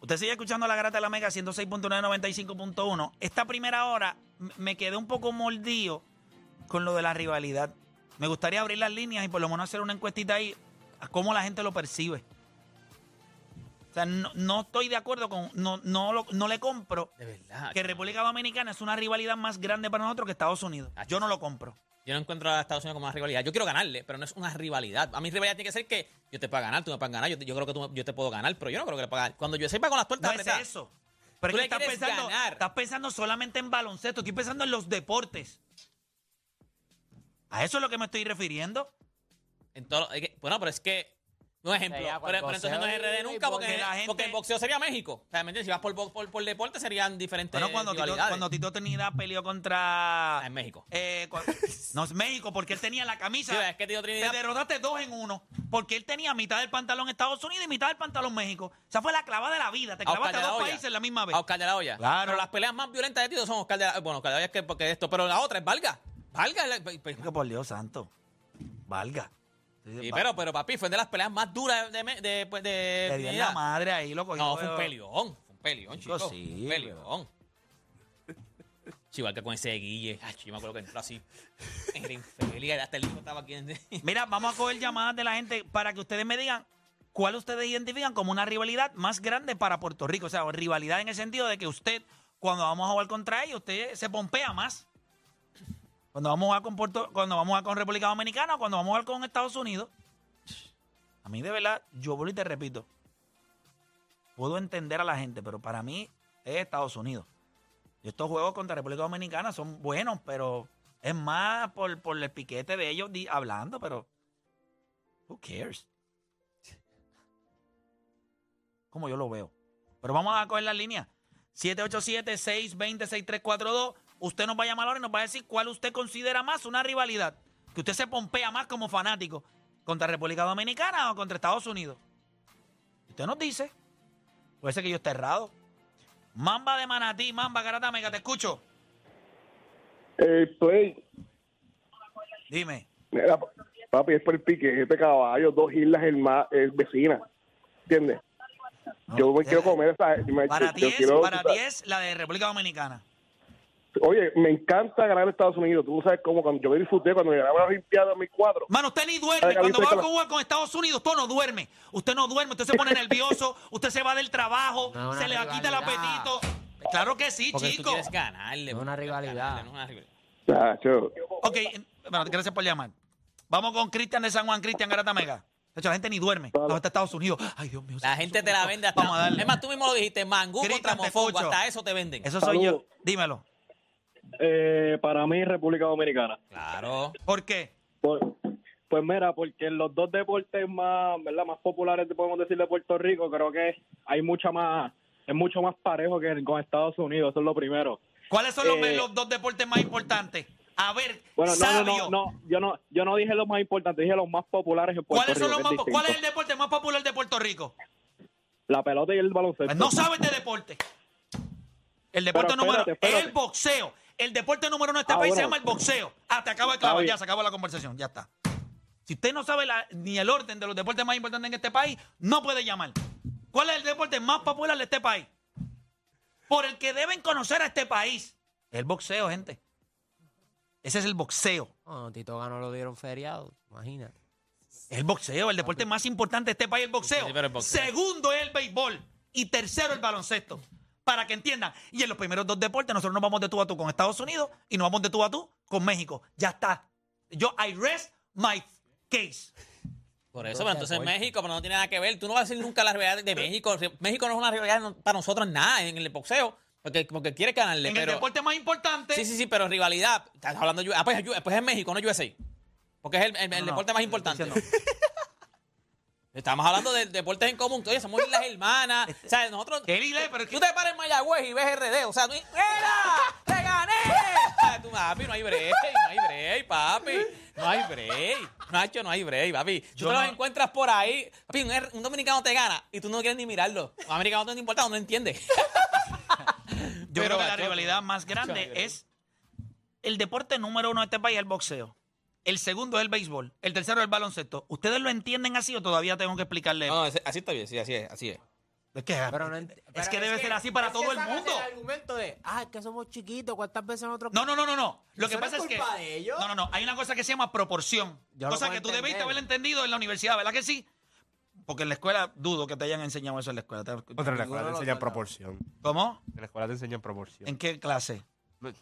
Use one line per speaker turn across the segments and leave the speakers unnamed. Usted sigue escuchando La Garata de la Mega 106.995.1. Esta primera hora m- me quedé un poco mordido con lo de la rivalidad. Me gustaría abrir las líneas y por lo menos hacer una encuestita ahí a cómo la gente lo percibe. O sea, no, no estoy de acuerdo con, no, no, lo- no le compro
De verdad.
que República Dominicana es una rivalidad más grande para nosotros que Estados Unidos. Yo no lo compro.
Yo no encuentro a Estados Unidos como una rivalidad. Yo quiero ganarle, pero no es una rivalidad. A mí rivalidad tiene que ser que yo te pueda ganar, tú me puedas ganar. Yo, te- yo creo que tú me- yo te puedo ganar, pero yo no creo que le pueda ganar. Cuando yo sepa con las tuertas
No es
apretadas,
eso. Pero es
Tú
que
le
estás
quieres
pensando,
ganar.
estás pensando solamente en baloncesto, estoy pensando en los deportes. A eso es lo que me estoy refiriendo.
en todo lo- es que- bueno, pero es que... Un
pues,
ejemplo.
Sería
Pero,
cual
pero entonces no es
boxeo
RD
y
nunca porque,
boxeo. La gente-
porque el boxeo sería México. O sea, ¿me entiendes? Si vas por, bo- por, por deporte serían diferentes
Bueno, cuando Tito,
rivalidades.
cuando Tito Trinidad peleó
Ah,
contra.
en México.
eh, cua- no es México, porque él tenía la camisa.
Sí, es que Tito Trinidad-
Te derrotaste dos en uno. Porque él tenía mitad del pantalón Estados Unidos y mitad del pantalón México. O sea, fue la clavada de la vida. Te
A Oscar
clavaste
de la
dos
Hoya.
países la misma vez.
A Oscar de la Hoya.
Claro.
Pero las peleas más violentas de Tito son Oscar de la Bueno, Oscar de la Hoya es que porque esto, pero la otra es Valga. Valga. es la- pe- pe-
Que por Dios santo. Valga.
Sí, pero, pero papi, fue de las peleas más duras de, de, de, pues, de
Le dio en la
Trinidad.
madre ahí, loco.
No, fue un peleón. Fue un peleón,
Chico,
chicos.
sí,
un peleón. Sí, igual que con ese Guille. Ay, yo me acuerdo que entró así. Era infeliz. Hasta el hijo estaba aquí. En...
Mira, vamos a coger llamadas de la gente para que ustedes me digan cuál ustedes identifican como una rivalidad más grande para Puerto Rico. O sea, o rivalidad en el sentido de que usted, cuando vamos a jugar contra ellos, usted se pompea más. Cuando vamos a jugar con Puerto, cuando vamos a jugar con República Dominicana o cuando vamos a jugar con Estados Unidos. A mí, de verdad, yo vuelvo y te repito. Puedo entender a la gente, pero para mí es Estados Unidos. Y estos juegos contra República Dominicana son buenos, pero es más por, por el piquete de ellos di- hablando, pero. Who cares? Como yo lo veo. Pero vamos a coger la línea. 787-620-6342. Usted nos va a llamar ahora y nos va a decir cuál usted considera más una rivalidad. Que usted se pompea más como fanático. ¿Contra República Dominicana o contra Estados Unidos? Usted nos dice. Puede ser que yo esté errado. Mamba de Manatí, Mamba, Garata Mega, te escucho.
El play,
Dime.
Eh, pues, mira, papi, es por el pique, este caballo, dos islas herma- eh, vecinas, ¿entiendes? Yo me
Ya.
quiero comer esa... yo me-
Para
yo
ti es,
quiero-
para ti es la de República Dominicana.
Oye, me encanta ganar a Estados Unidos, tú no sabes cómo, cuando yo disfruté cuando ganaba la Olimpiada 2004.
Mano, usted ni duerme.
Dale,
Cuando va a
Carlito, déjala.
jugar con Estados Unidos, usted no duerme. Usted no duerme, usted se pone nervioso, usted se va del trabajo,
No, una
se le quita el
rivalidad.
apetito. Claro que sí,
Porque tú
chico.
quieres ganarle.
No es una
tú quieres
rivalidad.
ganarle, no es una rivalidad.
Chacho.
Ok, eh, bueno, gracias por llamar. Vamos con Cristian de San Juan, Cristian Garata Mega. De hecho, la gente ni duerme. Vamos hasta Estados Unidos. Ay, Dios mío.
La
Jesús
gente te la
Cristo.
vende hasta.
Vamos a darle.
Es más, tú mismo lo dijiste. Mangú
Cristian,
contra
te
Mofongo.
escucho.
Hasta eso te venden.
Eso soy yo.
Saludos.
Dímelo.
Eh, para mí, República Dominicana.
Claro.
¿Por qué?
Por- pues mira, porque los dos deportes más, ¿verdad? más populares, podemos decir, de Puerto Rico, creo que hay mucha más, es mucho más parejo que con Estados Unidos, eso es lo primero.
¿Cuáles son los,
Eh,
los dos deportes más importantes? A ver,
Bueno, no, no,
sabio.
no, no, yo no, yo no dije los más importantes, dije los más populares en Puerto
¿Cuáles son los
Rico. que
más,
es
po- ¿Cuál es el
distinto.
deporte más popular de Puerto Rico?
La pelota y el baloncesto.
Pues no saben de deporte. El deporte
Pero
número
espérate, espérate.
el boxeo. El deporte número uno de este
Ah,
país se
bueno.
llama el boxeo. Ah, te acabo de clavar,
bien.
ya se acabó la conversación, ya está. Si usted no sabe la- ni el orden de los deportes más importantes en este país, no puede llamar. ¿Cuál es el deporte más popular de este país? Por el que deben conocer a este país. El boxeo, gente. Ese es el boxeo.
No, Tito Gano lo dieron feriado, imagínate.
El boxeo, el deporte más importante de este país, el boxeo.
Ah, Sí, pero el boxeo.
Segundo es el béisbol. Y tercero el baloncesto. Para que entiendan. Y en los primeros dos deportes, nosotros nos vamos de tú a tú con Estados Unidos y nos vamos de tú a tú con México. Ya está. Yo, I rest my case.
Por eso, pero entonces México, pero no tiene nada que ver. Tú no vas a decir nunca la rivalidad de México. México no es una rivalidad no- para nosotros nada en el boxeo, porque, porque quiere ganarle.
En el
pero,
deporte más importante.
sí, sí, sí, pero rivalidad. Estás hablando de. Ah, pues, es- pues es México, no USA. Porque es el, el- el
No,
deporte más
no,
importante.
estoy diciendo-
Estamos hablando de deportes en común. Oye, somos islas hermanas. O sea, nosotros.
Qué libre, pero es
Tú
Este, que-
te paras en Mayagüez y ves RD. O sea, tú. ¡Era! ¡Te gané! Ay, tú, papi, no hay break. No hay break, papi. No hay break. Nacho, no hay break, papi. Tú
Yo
te
no-
los encuentras por ahí. Papi, un, er- un dominicano te gana y tú no quieres ni mirarlo. Un americano no te importa, no entiende.
Yo
Pero,
creo que la
macho,
rivalidad más
macho,
grande
negro.
es el deporte número uno de este país, el boxeo. El segundo es el béisbol. El tercero es el baloncesto. ¿Ustedes lo entienden así o todavía tengo que explicarle?
No, ese- así está bien, sí, así es, así es.
es que,
Pero no
es
ent-
que
pero
debe ser así para
es
todo
que
el
sacas
mundo.
El argumento de, ah, es que somos chiquitos, ¿cuántas veces nosotros.?
No, no, no, no, no. Lo
Eso
que
no
pasa
es
es que.
culpa de ellos.
No, no, no. Hay una cosa que se llama proporción.
Yo lo
cosa
puedo
que tú
entender.
debiste haber entendido en la universidad, ¿verdad que sí? Porque en la escuela, dudo que te hayan enseñado eso en la escuela. Te-
Otra, en la
Ninguno
escuela te
de los
enseñan
dos, no.
proporción.
¿Cómo?
En la escuela te enseñan proporción.
¿En qué clase?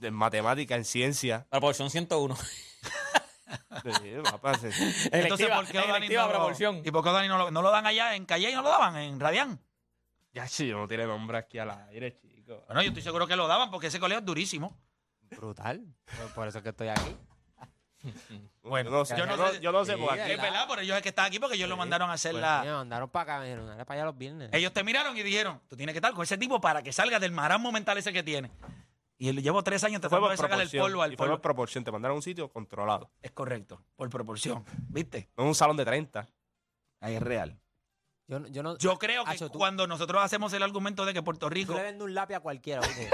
En matemática, en ciencia.
Proporción 101.
Sí, papá, se-
Electiva,
Dani
electiva
no lo-
proporción. Oh,
¿Y por qué Dani no lo, no lo dan allá en Calle y no lo daban en Radián?
Ya, chico, no tiene nombre aquí al aire, chico.
Bueno, yo estoy seguro que lo daban porque ese colegio es durísimo.
Brutal. Por- Por eso es que estoy aquí.
Bueno, no sé,
yo no
yo no,
sé-
yo no sé
Sí,
por
¿verdad?
aquí.
Es verdad, pero ellos es que están aquí porque ellos lo mandaron a hacer
Pues,
la.
Me mandaron para acá, me dijeron, dale para allá los viernes.
Ellos te miraron y dijeron, tú tienes que estar con ese tipo para que salga del marasmo mental ese que tiene. Y él llevo tres años
Fue
tratando de
por
sacarle el
proporción.
polvo al
y fue por
polvo.
proporción. Te mandaron a un sitio controlado.
Es correcto, por proporción, ¿viste?
No es un salón de 30.
Ahí es real. Ah,
Yo, no- yo no.
Yo creo que
Acho, tú-
cuando nosotros hacemos el argumento de que Puerto
Tú
Rico...
le vendes un lápiz a cualquiera, oye.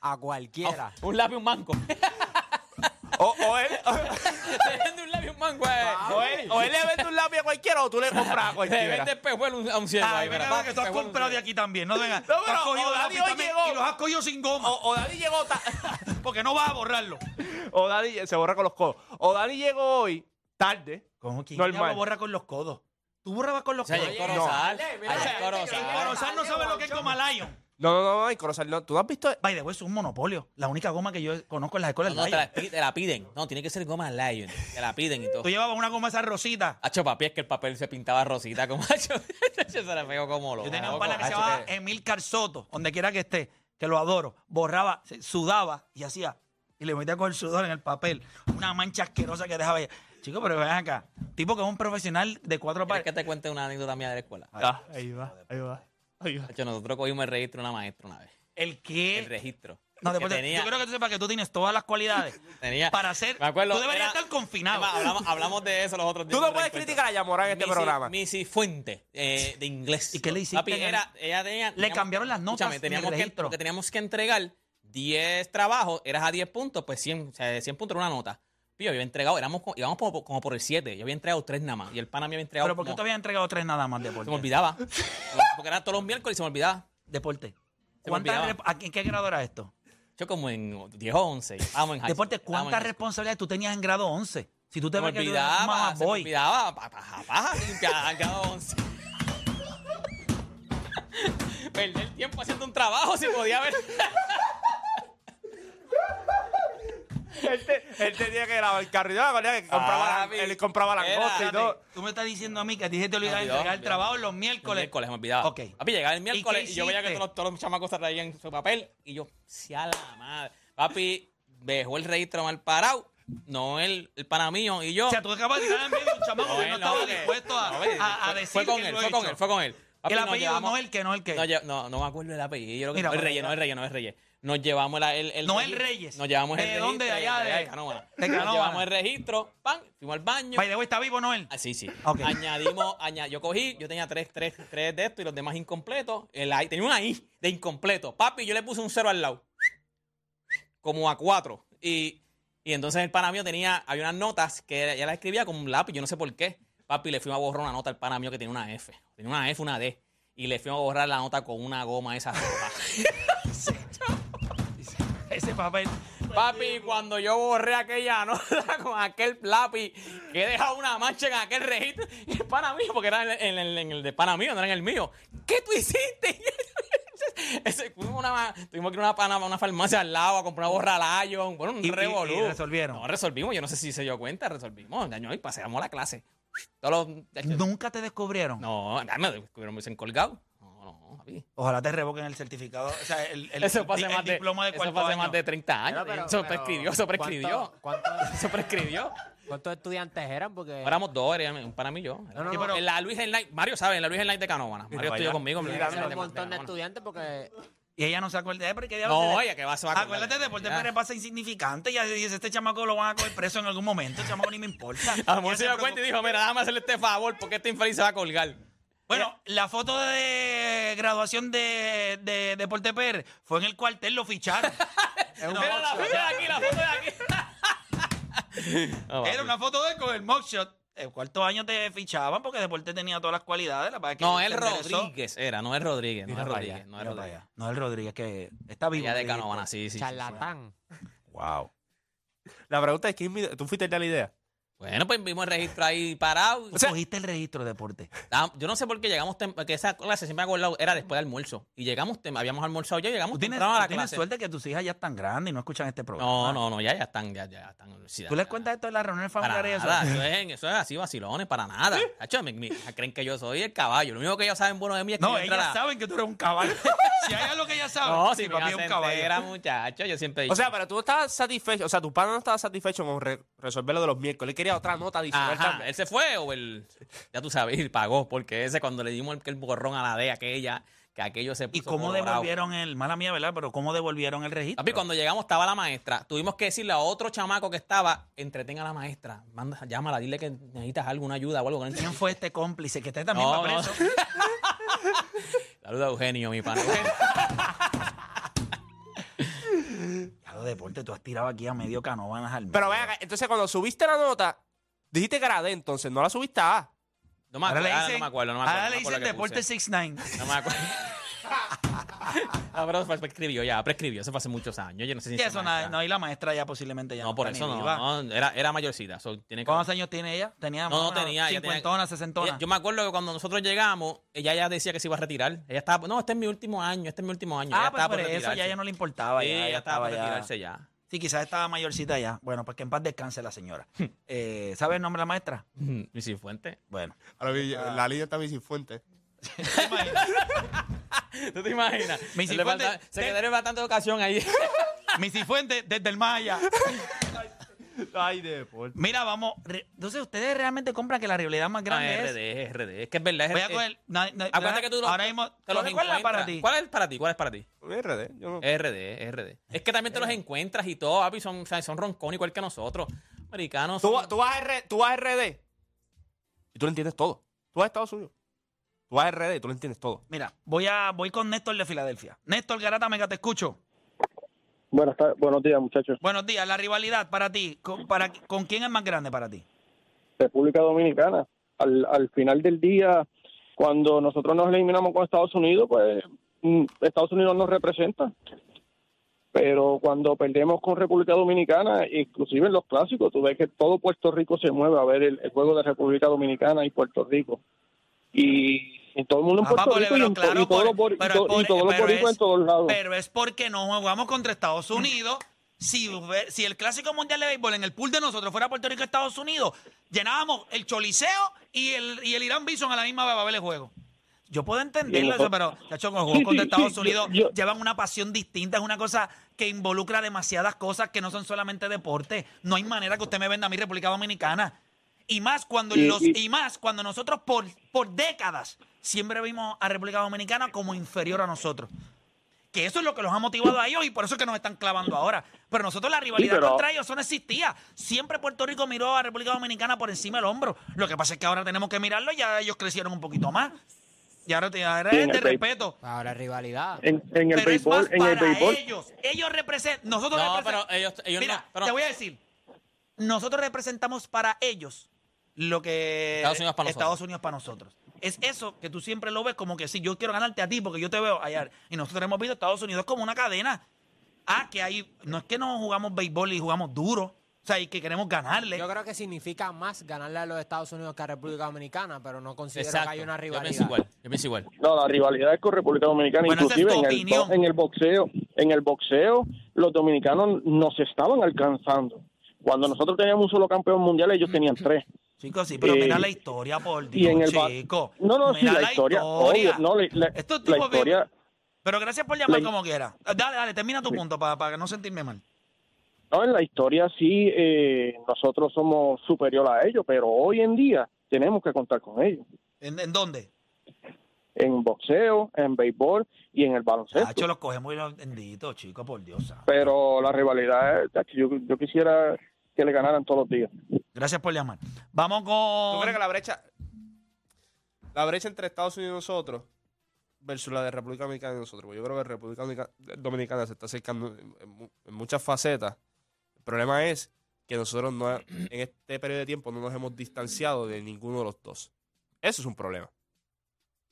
a cualquiera.
Oh,
Un lápiz, un manco.
O, o él,
Le vende un lápiz, un manco. eh.
o él, o él le vende un lápiz a cualquiera o tú le compras a
Le
cualquiera.
vende espejuelo a un- a un ciego.
Ay,
ahí,
venga,
mira,
que tú has
espejuelo a un
comprado de
ciego.
aquí también. No, Oh. venga,
No,
tú has
pero
cogido
Oladi
lápiz
hoy
también
llegó.
y los has cogido sin goma.
O, o Dani llegó. ta-
Porque no vas a borrarlo.
O Dani se borra con los codos. O Dani llegó hoy tarde.
¿Cómo que
Normal.
lo borra con los codos? Tú borrabas con los
O sea,
codos.
hay corozal.
Oye, mira,
Hay
gente,
corozal.
que-
Pero Sal no sabe lo que es Comalion.
No, no, no, no. Y Corozal, no. ¿Tú no has visto?
By the way, es un monopolio. La única goma que yo conozco en las escuelas
No,
es
no, te,
Lion.
la, pi- te la piden. No, tiene que ser goma Lion. Te la piden y todo.
Tú llevabas una goma esa rosita.
Hacho, papi, es que el papel se pintaba rosita como hacho. Hacho, se la pegó como loco.
Yo tenía un pana que se
Hacho,
llamaba
que-
Emil Carsoto, donde quiera que esté, que lo adoro. Borraba, se- sudaba y hacía. Y le metía con el sudor en el papel. Una mancha asquerosa que dejaba. ahí. Chico, pero ven acá. Tipo que es un profesional de cuatro
¿Quieres
pares.
que te cuente una anécdota mía de la escuela?
Ah, ahí va, ahí va. Ahí va.
Hacho, nosotros cogimos el registro de una maestra una vez.
El
El
que.
registro.
No,
Que
después te-
tenía-
Yo creo que tú sepas que tú tienes todas las cualidades
tenía-
para ser.
me acuerdo,
tú deberías
era-
estar confinado.
Es más, hablamos, hablamos de eso los otros días.
Tú no puedes
Recuerdo.
criticar a Yamora en este
Missy-
programa.
Missy Fuente, eh, de inglés.
¿Y qué le hiciste
Papi,
en el-
era, ella tenía, teníamos-
cambiaron las notas en
escúchame,
el
teníamos que,
registro.
porque teníamos que entregar 10 trabajos, eras a 10 puntos, pues 100, o sea, de 100 puntos era una nota. Pío, Yo había entregado, éramos, co- íbamos como, como por el 7, yo había entregado 3 nada más, y el pana me había entregado
Pero porque tú
como-
te habías entregado tres nada más,
Se me
deporte.
olvidaba, porque era todos los miércoles y se me olvidaba.
Deporte.
me
¿Cuántas
olvidaba.
rep- ¿a- ¿En qué grado era esto?
Yo como en 10 o 11, vamos en high
Deporte,
school, estábamos
¿cuántas
en high school.
responsabilidades tú tenías en grado 11? Si tú te
Se me
ves que tú eres un
olvidaba, se me
mamaboy.
olvidaba, pa- paja, paja, limpiada, cada once. Perder tiempo haciendo un trabajo si podía haber.
Él, te- él tenía que grabar el carro. Yo me acuerdo que compraba,
Papi,
la, él compraba langosta y
espérate.
todo.
Tú me estás diciendo a mí que a ti se te olvidaba
Olvidó,
entregar el
olvidó.
trabajo los
El
miércoles.
miércoles me olvidaba.
Ok.
Papi, llegaba el miércoles
qué
y, yo veía que
hiciste?
todos, los- todos los chamacos se traían su papel y yo, si a la madre. Papi, dejó el registro mal parado. No él, el pana mío y yo.
O sea, tú acabas de tirar en medio de un chamaco que no
él,
estaba
porque-
dispuesto a,
no, porque
a- a
fue-
decir
Fue con
que
él,
lo
fue con
hecho.
él, fue con él. Papi,
el
nos
apellido,
llevamos-
no el que, no el que.
No, lle- no, no me acuerdo el
Mira,
apellido. Mira, el
para
Reyes,
allá.
no es Reyes, no es Reyes. Nos llevamos la, el, el.
No es
regi-
Reyes.
Nos llevamos el
¿De
registro.
dónde? De allá, de-
Canóvana.
de
Nos
Canóvana.
llevamos el registro, pan, fuimos al baño.
By the way, ¿está vivo Noel?
Ah, sí, sí.
Ok.
Añadimos, aña- yo cogí, yo tenía tres, tres, tres de estos y los demás incompletos. El ahí- tenía una I de incompleto. Papi, yo le puse un cero al lado. Como a cuatro. Y, y entonces el pana mío tenía, había unas notas que ya las escribía con un lápiz, yo no sé por qué. Papi, le fui a borrar una nota al pana mío que tenía una F. Tenía una F, una D. Y le fui a borrar la nota con una goma esa roja.
Ese papel.
Papi, cuando yo borré aquella nota con aquel lápiz que he dejado una mancha en aquel registro, el pana mío, porque era en, el- en el- en el de pana mío, no era en el mío. ¿Qué tú hiciste? Ese- tuvimos, una, tuvimos que ir a una, pana- una farmacia al lado a comprar una borra Lion. Bueno, un
Y- y-
revolú.
y resolvieron.
No, resolvimos. Yo no sé si se dio cuenta, resolvimos. Daño y paseamos la clase. Todos los.
Nunca te descubrieron.
No, nada, me descubrieron, me dicen colgado. No, no, papi.
Ojalá te revoquen el certificado. O sea, el, el-
Eso fue hace,
el
más, de,
diploma de
eso
cuarto
fue hace
año.
más de 30 años.
Pero, pero,
eso
pero,
prescribió, eso prescribió.
¿cuánto- cuánto-
Eso prescribió.
¿Cuántos estudiantes eran?
Eh.
Porque.
Éramos dos, era un para mí y yo.
no,
Sí,
no.
pero en la Luis Enlight, Mario sabe, en la Luis Enlight de Canóvana. Mario estudió conmigo. en la Luis
Era
Enlight
un
de
montón de
Canóvana.
estudiantes porque.
Y ella no se acuerda. eh, pero ¿qué diablos
No,
te-
oye, que va, se va a acordar.
Acuérdate, Deporte Pérez pasa insignificante. Ya dice, este chamaco lo van a coger preso en algún momento. El chamaco ni me importa.
A lo mejor
Ya
se
se
dio cuenta y
preocupa.
dijo, mira, déjame hacerle este favor porque este infeliz se va a colgar.
Bueno, la foto de graduación de, de Deporte Pérez fue en el cuartel, lo ficharon.
Es un
No,
Mira la
o
foto de aquí, la foto de aquí. No, papi.
Era una foto de él con el mugshot. El cuarto año te fichaban porque Deporte tenía todas las cualidades. La verdad es que
No,
él
el
se enderezó.
Rodríguez era, no es Rodríguez, no
Mira
es
para
Rodríguez,
allá,
no
mira
es
para
Rodríguez.
allá. No es Rodríguez, que está vivo.
Ella de
Rodríguez.
Canóvana, sí, sí, sí.
charlatán.
Wow. La pregunta es, ¿quién me- ¿tú fuiste el de la idea?
Bueno, pues vimos el registro ahí parado.
Tú Cogiste el registro de deporte.
Ah, Yo no sé por qué llegamos tem- que esa clase siempre me he acordado, era después de almuerzo. Y llegamos, tem- habíamos almorzado ya,
Tú
llegamos
tienes,
temprano a la
tú tienes
clase.
suerte que tus hijas ya están grandes y no escuchan este programa.
No, no, no, ya, ya están, ya, ya están en la universidad.
¿Tú les
ya.
cuentas esto de las reuniones
Para
familiares? y eso?
nada, eso es, eso es así, vacilones, para nada. Hacho, me- me- creen que yo soy el caballo. Lo único que ellos saben bueno de mí es que
No,
yo entré a
ellas
la-
saben que tú eres un caballo. si hay algo que ellas saben,
No,
mi
si papi es un caballo. Era muchacho, yo siempre
O sea, pero tú estabas satisfecho, o sea, tu pana no estaba satisfecho con re- resolver lo de los miércoles. Él quería otra nota adicional
Ajá,
también.
él se fue o el ya tú sabes, él pagó porque ese cuando le dimos el, el borrón a la D aquella, que aquello se puso
¿Y cómo
colorado.
devolvieron el, mala mía, ¿verdad? Pero ¿cómo devolvieron el registro?
Papi, cuando llegamos estaba la maestra. Tuvimos que decirle a otro chamaco que estaba, entretenga a la maestra, manda, llámala, dile que necesitas alguna ayuda o algo. que no
¿Quién
entiendo.
fue este cómplice que está también
No,
va preso?
Saluda a Eugenio, mi pana.
Ya lo deporte, tú has tirado aquí a medio canovanas al
Pero vean, entonces cuando subiste la nota, dijiste que era D, entonces no la subiste a A.
No me
ahora
acuerdo,
le
ah,
dicen,
no me acuerdo, no me acuerdo.
ahora
no
le
me acuerdo
dicen
qué puse.
deporte 69.
No me acuerdo. no, pero prescribió ya, prescribió. Eso fue hace muchos años. Yo no sé si.
Y
esa
eso,
maestra-
nada, no, y la maestra ya posiblemente ya
No, por
está
eso
ni
no.
viva.
no, era, era mayorcita. so, tiene que-
¿Cuántos años tiene ella? Tenía
No,
más
no
o menos
tenía. ella tenía-
Cincuentona, sesentona.
Ella- Yo me acuerdo que cuando nosotros llegamos, ella ya decía que se iba a retirar. Ella estaba, no, este es mi último año, este es mi último año.
ah,
Ella
pues por
estaba por
eso ya
retirarse.
ella no le importaba.
Sí,
ya,
ella estaba por
ya.
retirarse ya.
Sí, quizás estaba mayorcita ya. Bueno, pues que en paz descanse la señora.
Hmm.
eh, ¿Sabe el nombre de la maestra?
Y sin fuente.
Bueno.
la liga está sin fuente.
¿Tú te imaginas?
Mi
Se le
Cifuentes,
falta- Se
te-
quedaría bastante ocasión ahí.
Misifuente desde el Maya.
Ay, deporte.
Mira, vamos. re- Entonces, ustedes realmente compran que la rivalidad más
No,
grande
es
es.
RD, es RD. Es que es verdad. es-
Voy a
es-
coger. na- na-
Ah, Acuérdate que tú los-
Eh, ahora mismo.
te los
¿Cuál es la
encuentras.
para ti?
¿Cuál es para ti? ¿Cuál es para ti?
RD, yo no.
RD, RD. Es que también te los encuentras y todo, papi, son, o sea, son roncón igual que nosotros. Americanos.
Tú,
son-
va- tú vas a R, tú vas a RD y tú lo entiendes todo. Tú vas a Estados Unidos. Tú vas a RD y tú lo entiendes todo.
Mira, voy a voy con Néstor de Filadelfia. Néstor Garata, mega, te escucho.
Buenas tardes, buenos días, muchachos.
Buenos días. La rivalidad para ti, ¿con, para, ¿con quién es más grande para ti?
República Dominicana. Al, al final del día, cuando nosotros nos eliminamos con Estados Unidos, pues mm, Estados Unidos nos representa. Pero cuando perdemos con República Dominicana, inclusive en los clásicos, tú ves que todo Puerto Rico se mueve a ver el, el juego de República Dominicana y Puerto Rico. Y, y todo el mundo en
Papá,
Puerto
pues,
Rico y,
pero
en to-
claro,
y todos los
por-
bori- y
pero
to- y
por-
todos los
pero
boricuas
es-
en todos lados.
Pero es porque no jugamos contra Estados Unidos. Si, ve- si el Clásico Mundial de Béisbol en el pool de nosotros fuera Puerto Rico Estados Unidos, llenábamos el Choliseo y el, y el Irán Bison a la misma vez a ver el juego. Yo puedo entenderlo eso, pero, chacho, cuando jugamos
Sí,
contra
sí,
Estados
sí,
Unidos
yo- yo-
llevan una pasión distinta, es una cosa que involucra demasiadas cosas que no son solamente deporte. No hay manera que usted me venda a mi República Dominicana. Y más cuando
Y-
los,
y-
y más cuando nosotros por, por décadas siempre vimos a República Dominicana como inferior a nosotros. Que eso es lo que los ha motivado a ellos y por eso es que nos están clavando ahora. Pero nosotros la rivalidad
pero-
contra ellos eso no existía. Siempre Puerto Rico miró a República Dominicana por encima del hombro. Lo que pasa es que ahora tenemos que mirarlo y ya ellos crecieron un poquito más. Y ahora te ahora
Sí,
es
en
de
el país.
respeto.
Ahora rivalidad.
Eh,
En, en el
pero es más
béisbol, en el
para
béisbol,
ellos. Ellos representan. Nosotros
No,
representamos.
pero ellos, ellos
Mira,
no. pero
te voy a decir. Nosotros representamos para ellos lo que
Estados Unidos para nosotros.
Estados Unidos para nosotros. Es eso que tú siempre lo ves como que sí, yo quiero ganarte a ti porque yo te veo allá. Y nosotros hemos visto Estados Unidos como una cadena. Ah, que hay. No es que no jugamos béisbol y jugamos duro. O sea, y que queremos ganarle.
Yo creo que significa más ganarle a los Estados Unidos que a República Dominicana, pero no considero
Exacto.
que hay una
Yo pienso
rivalidad.
igual. Yo pienso igual.
No, la rivalidad es con República Dominicana,
Bueno, esa es
inclusive
tu
en el, bo-
opinión.
en el boxeo. En el boxeo, los dominicanos nos estaban alcanzando. Cuando nosotros teníamos un solo campeón mundial, ellos tenían tres.
Chicos, sí, pero
Eh,
mira la historia, por
Y
Dios,
en el ba-
chico.
No, no, sí,
Mira
la, historia. obvio, no, la, la-
Estos
la
tipos viven-
historia.
Pero gracias por llamar
La-
como quiera. Dale, dale, termina tu punto para, para no sentirme mal.
No, en la historia sí, eh, nosotros somos superior a ellos, pero hoy en día tenemos que contar con ellos.
¿En, en dónde?
En boxeo, en béisbol y en el baloncesto.
Hacho, los cogemos y los bendito, chico, por Dios. santo.
pero la rivalidad, es- tacho, yo, yo quisiera que le ganaran todos los días.
Gracias por llamar. Vamos
¿Tú crees que
con.
la brecha. La brecha entre Estados Unidos y nosotros. Versus la de República Dominicana y nosotros. Yo creo que República Dominica- Dominicana se está acercando en, en mu- en muchas facetas. El problema es que nosotros no, ha- en este periodo de tiempo no nos hemos distanciado de ninguno de los dos. Eso es un problema.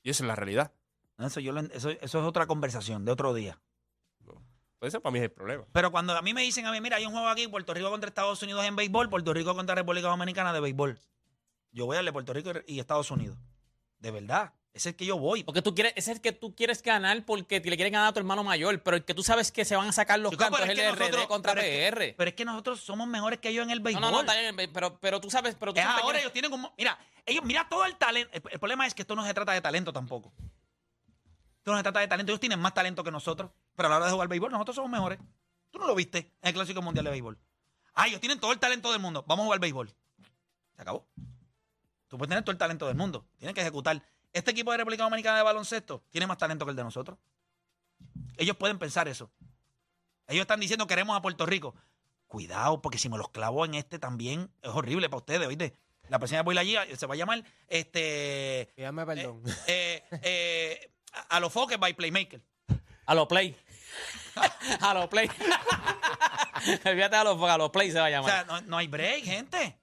Y esa es la realidad.
Eso, yo lo en- eso, eso es otra conversación de otro día.
Ese Pues para mí es el problema.
Pero cuando a mí me dicen, a mí, mira, hay un juego aquí, Puerto Rico contra Estados Unidos en béisbol, Puerto Rico contra República Dominicana de béisbol. Yo voy a darle Puerto Rico y Estados Unidos. De verdad. Ese es el que yo voy.
Porque tú quieres, ese es el que tú quieres ganar porque te- le quieres ganar a tu hermano mayor, pero el que tú sabes que se van a sacar los
Chico,
cantos es
pero
el
es
de
que nosotros-
RD contra
pero es que-
PR.
Pero es que nosotros somos mejores que ellos en el
no,
béisbol.
no, no, está bien, pero, pero tú sabes, pero tú
Es
sabes
ahora
que-
ellos tienen como. Mira, ellos, mira todo el talento. El, el problema es que esto no se trata de talento tampoco. Esto no se trata de talento. Ellos tienen más talento que nosotros. Pero a la hora de jugar béisbol, nosotros somos mejores. Tú no lo viste en el Clásico Mundial de Béisbol. Ah, ellos tienen todo el talento del mundo. Vamos a jugar béisbol. Se acabó. Tú puedes tener todo el talento del mundo. Tienes que ejecutar. Este equipo de República Dominicana de baloncesto tiene más talento que el de nosotros. Ellos pueden pensar eso. Ellos están diciendo queremos a Puerto Rico. Cuidado, porque si me los clavo en este también es horrible para ustedes, oíste. La persona voy la guía se va a llamar este eh,
Pídame perdón.
eh, eh, a, a los foques by Playmaker.
A los play. a los play. Fíjate a los, a los play se va a
O
llamar.
sea, no, no hay break, gente.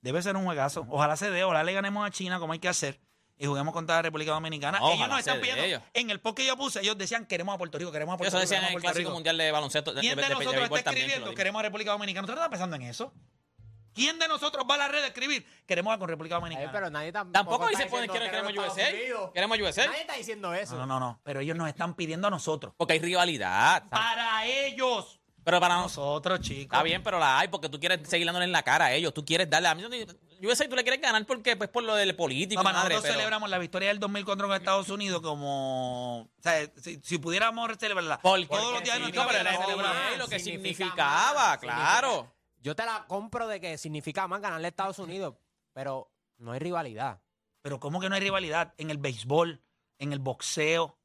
Debe ser un juegazo. Ojalá se dé, ojalá le ganemos a China como hay que hacer y juguemos contra la República Dominicana.
Ojalá
ellos nos
se
están
dé,
pidiendo.
ellos.
En el post que yo puse, ellos decían queremos a Puerto Rico, queremos a Puerto
eso
Rico.
decían en
queremos a
el
Puerto
Clásico
Rico.
Mundial de Baloncesto. de-
¿Quién de,
de- de- de
nosotros
béisbol
está
también, que lo
escribiendo?
dijo.
Queremos a República Dominicana. ¿Nosotros estamos pensando en eso? ¿Quién de nosotros va a la red a escribir? Queremos a con República
Ay,
Dominicana.
Eh, pero nadie tam-
Tampoco
está
dice pues,
diciendo
pueden quieren queremos
queremos
USA.
Estados Unidos.
Queremos USA.
Nadie está diciendo eso.
No, no, no. Pero ellos nos están pidiendo a nosotros.
Porque hay rivalidad.
Para ellos.
Pero para nosotros.
Nosotros, chicos.
Está bien, pero la hay porque tú quieres seguir dándole en la cara a ellos. Tú quieres darle a mí. USA tú le quieres ganar porque pues por lo del político.
No, pero
madre,
nosotros
pero-
celebramos la victoria del 2004 con Estados Unidos como... O sea, si, si pudiéramos celebrarla.
Porque
Todos los días de
sí,
nuestra
pero
vida la
era
celebramos.
NBA, lo que
Significa
significaba,
más,
claro.
significa- Yo te la compro de que significa más ganarle a Estados Unidos, pero no hay rivalidad.
Pero ¿cómo que no hay rivalidad? En el béisbol, en el boxeo.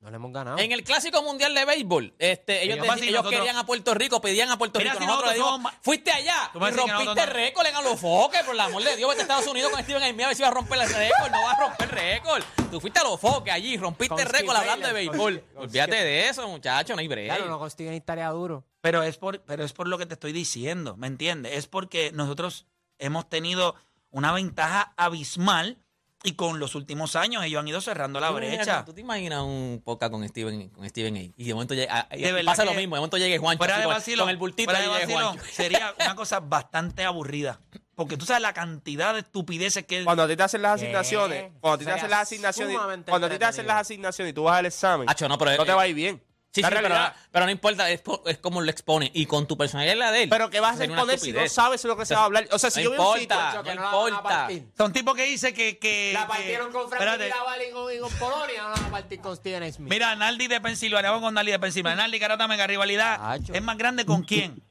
No le hemos ganado.
En el clásico mundial de béisbol, este,
Ah. Ellos
ellos, decían-
pasan y
ellos
nosotros-
querían a Puerto Rico, pedían a Puerto
Mira,
Rico.
si
nosotros le
nosotros
dijimos,
somos-
fuiste allá
Tú
y
me dices que
rompiste
nosotros no-
récord en Alofoque, por el amor de Dios. Vete a Estados Unidos con Steven Aimee a ver si va a romper el récord. No va a romper récord. Tú fuiste a Alofoque allí, rompiste
Con
el récord
Skip
hablando de
Bayless,
béisbol.
con- con
Olvídate
Skip.
de eso, muchacho, no hay break.
Claro, no consiguen historia duro.
Pero es, por, pero es por lo que te estoy diciendo, ¿me entiendes? Es porque nosotros hemos tenido una ventaja abismal y con los últimos años ellos han ido cerrando la
Tú, mira,
brecha.
¿Tú te imaginas un podcast con Steven, con Steven A? Y de momento llega, a-
De verdad
pasa lo
que-
mismo, de momento llega Juancho
Fuera
así
de
con,
vacilo,
con el bultito
fuera
y
de
llega
vacilo,
Juancho.
sería una cosa bastante aburrida. Porque tú sabes la cantidad de estupideces que...
Cuando a ti te hacen las
¿Qué?
asignaciones, cuando a ti te
Sería
hacen las asignaciones,
sumamente
cuando a ti te hacen
entretenido.
las asignaciones y tú vas al examen,
Acho, no, pero- eh,
te va a ir bien.
Sí,
La
sí, pero,
realidad-
pero no importa, es, po- es como lo expone. Y con tu personalidad y la de él.
Pero ¿qué vas a hacer
sería una
con él si no
estupidez.
sabes lo que se va a hablar? O sea, si
No
yo veo un sitio-
importa,
Que
no
no la van a
importa.
partir.
Son tipos que dicen que... que
La
que-
partieron con Frankie
espérate.
Mirabal y con, y con Polonia, no la van a partir con Steven Smith.
Mega. Mira, Naldi de Pensilvania, vamos con Naldi de Pensilvania. Naldi, carata, mega rivalidad.
Acho.
¿Es más grande con quién?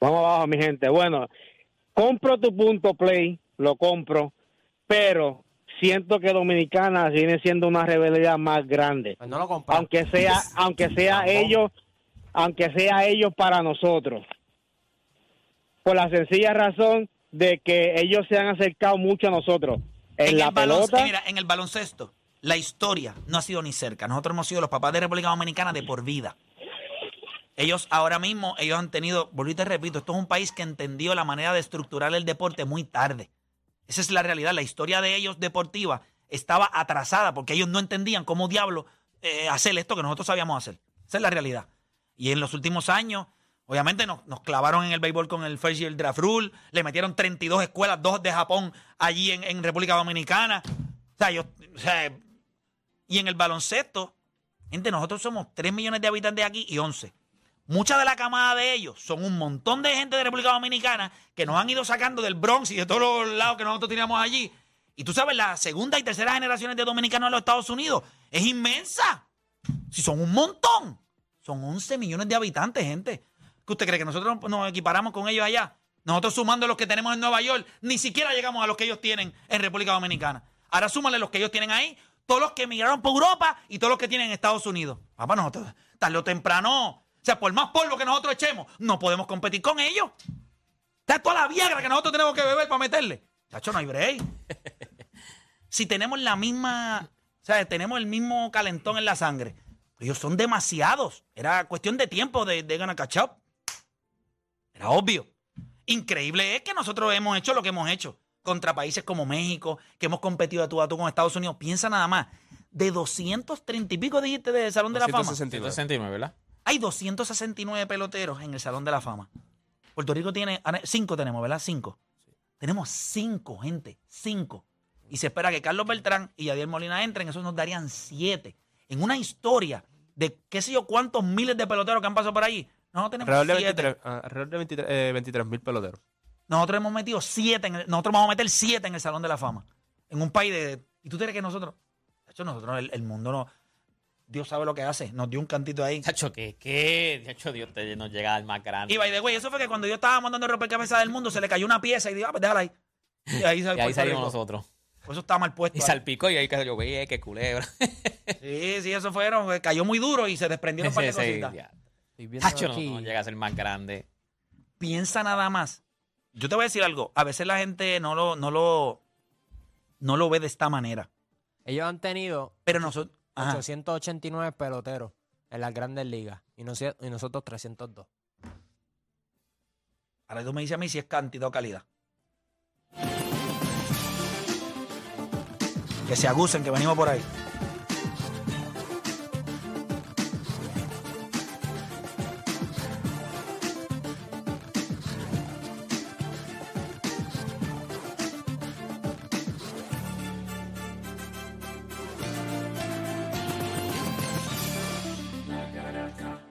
Vamos abajo, mi gente. Bueno, compro tu punto play, lo compro, pero siento que Dominicana viene siendo una rebelión más grande.
Pues no lo compran.
Aunque sea, aunque sea ellos, aunque sea ellos para nosotros. Por la sencilla razón de que ellos se han acercado mucho a nosotros. En, la
el balonce-
pelota.
mira, en el baloncesto, la historia no ha sido ni cerca. Nosotros hemos sido los papás de República Dominicana de por vida. Ellos ahora mismo, ellos han tenido, volví y te repito, esto es un país que entendió la manera de estructurar el deporte muy tarde. Esa es la realidad. La historia de ellos deportiva estaba atrasada porque ellos no entendían cómo diablo eh, hacer esto que nosotros sabíamos hacer. Esa es la realidad. Y en los últimos años, obviamente nos, nos clavaron en el béisbol con el First Year Draft Rule, le metieron 32 escuelas, dos de Japón allí en, en República Dominicana. O sea, yo, o sea, y en el baloncesto, gente, nosotros somos 3 millones de habitantes aquí y 11. Mucha de la camada de ellos son un montón de gente de República Dominicana que nos han ido sacando del Bronx y de todos los lados que nosotros teníamos allí. Y tú sabes, la segunda y tercera generaciones de dominicanos en los Estados Unidos es inmensa. Si son un montón. Son 11 millones de habitantes, gente. ¿Qué usted cree que nosotros nos equiparamos con ellos allá? Nosotros sumando los que tenemos en Nueva York, ni siquiera llegamos a los que ellos tienen en República Dominicana. Ahora súmale los que ellos tienen ahí, todos los que emigraron por Europa y todos los que tienen en Estados Unidos. Papá, nosotros, tarde o temprano, o sea, por más polvo que nosotros echemos, no podemos competir con ellos. Está toda la viagra que nosotros tenemos que beber para meterle. Chacho, no hay break. Si tenemos la misma, o sea, tenemos el mismo calentón en la sangre. Ellos son demasiados. Era cuestión de tiempo de, de ganar catch up. Era obvio. Increíble es que nosotros hemos hecho lo que hemos hecho contra países como México, que hemos competido a tú a tú con Estados Unidos. Piensa nada más. De 230 y pico dijiste del Salón de la Fama.
169.
169, ¿verdad?
Hay 269 peloteros en el Salón de la Fama. Puerto Rico tiene, ahora, cinco tenemos, ¿verdad? Cinco. Tenemos cinco, gente, cinco. Y se espera que Carlos Beltrán y Javier Molina entren, eso nos darían siete. En una historia de qué sé yo cuántos miles de peloteros que han pasado por ahí, nosotros tenemos
Alrededor de
siete.
23 ah, alrededor de 23 eh, 23.000 peloteros.
Nosotros hemos metido siete, en el- nosotros vamos a meter siete en el Salón de la Fama. En un país de... ¿Y tú crees que nosotros? De hecho, nosotros, el, el mundo no... Dios sabe lo que hace, nos dio un cantito ahí.
Chacho, ¿qué? ¿Qué? Chacho, Dios te nos llega al más grande.
Y by the way, eso fue que cuando yo estaba montando el rompecabezas del mundo, se le cayó una pieza y dijo, ah, pues déjala ahí. Y ahí,
y ahí salimos
nosotros.
nosotros.
Eso está mal puesto.
Y
ahí.
salpicó y ahí cayó yo, güey, qué culebra.
Sí, sí, eso fueron. eh, Cayó muy duro y se desprendieron para
Ese- ese-
cositas.
ya.
Estoy viendo
Chacho, no,
aquí.
no llega a ser más grande.
Piensa nada más. Yo te voy a decir algo. A veces la gente no lo, no lo, no lo ve de esta manera.
Ellos han tenido
Pero nosotros. ajá.
889 peloteros en las grandes ligas y, nos- y nosotros 302.
Ahora tú me dices a mí si es cantidad o calidad. Que se agucen, que venimos por ahí.